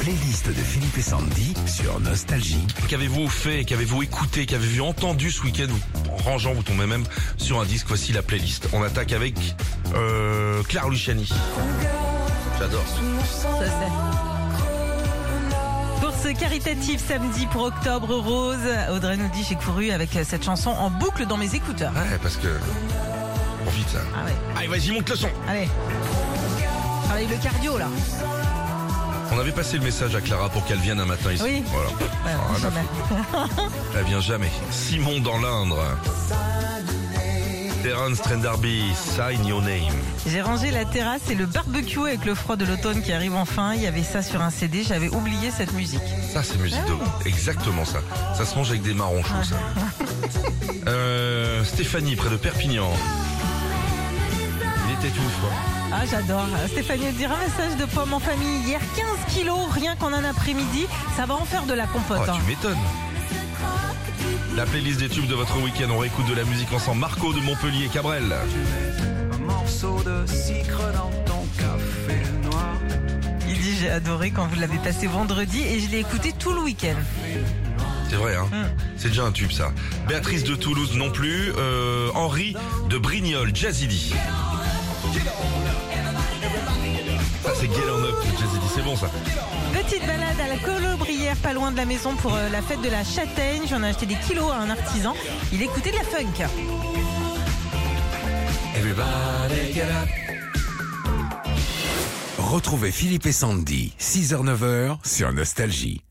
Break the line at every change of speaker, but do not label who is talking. playlist de Philippe et Sandy sur Nostalgie.
Qu'avez-vous fait, qu'avez-vous écouté, qu'avez-vous entendu ce week-end Vous- En rangeant, vous tombez même sur un disque. Voici la playlist. On attaque avec euh, Claire Luciani. J'adore.
Ça, c'est- Course caritative samedi pour Octobre Rose. Audrey nous dit j'ai couru avec cette chanson en boucle dans mes écouteurs.
Ouais, parce que profite ça.
Ah ouais,
Allez, vas-y, monte le son.
allez. Travaille le cardio là.
On avait passé le message à Clara pour qu'elle vienne un matin ici.
Oui.
Voilà.
Ouais,
Ah, rien à
jamais.
Elle vient jamais. Simon dans l'Indre. Terence Trendarby, sign your name.
J'ai rangé la terrasse et le barbecue avec le froid de l'automne qui arrive enfin. Il y avait ça sur un CD, j'avais oublié cette musique.
Ça, c'est musique de. Exactement ça. Ça se mange avec des marrons chauds, ça. Euh, Stéphanie, près de Perpignan. Il était une fois.
Ah j'adore. Stéphanie nous dit un message de pommes en famille hier 15 kilos rien qu'en un après-midi. Ça va en faire de la compote.
Oh,
hein.
tu m'étonnes. La playlist des tubes de votre week-end. On réécoute de la musique ensemble. Marco de Montpellier, Cabrel.
Un morceau de sucre dans ton café noir.
Il dit j'ai adoré quand vous l'avez passé vendredi et je l'ai écouté tout le week-end.
C'est vrai, hein
Mm.
C'est déjà un tube, ça. Béatrice de Toulouse non plus. Euh, Henri de Brignoles, Jazzy Ça, Ah, c'est Get On Up de Jazzy C'est bon, ça.
Petite balade à la Colobrière, pas loin de la maison pour euh, la fête de la châtaigne. J'en ai acheté des kilos à un artisan. Il écoutait de la funk.
Retrouvez Philippe et Sandy, 6h-9h sur Nostalgie.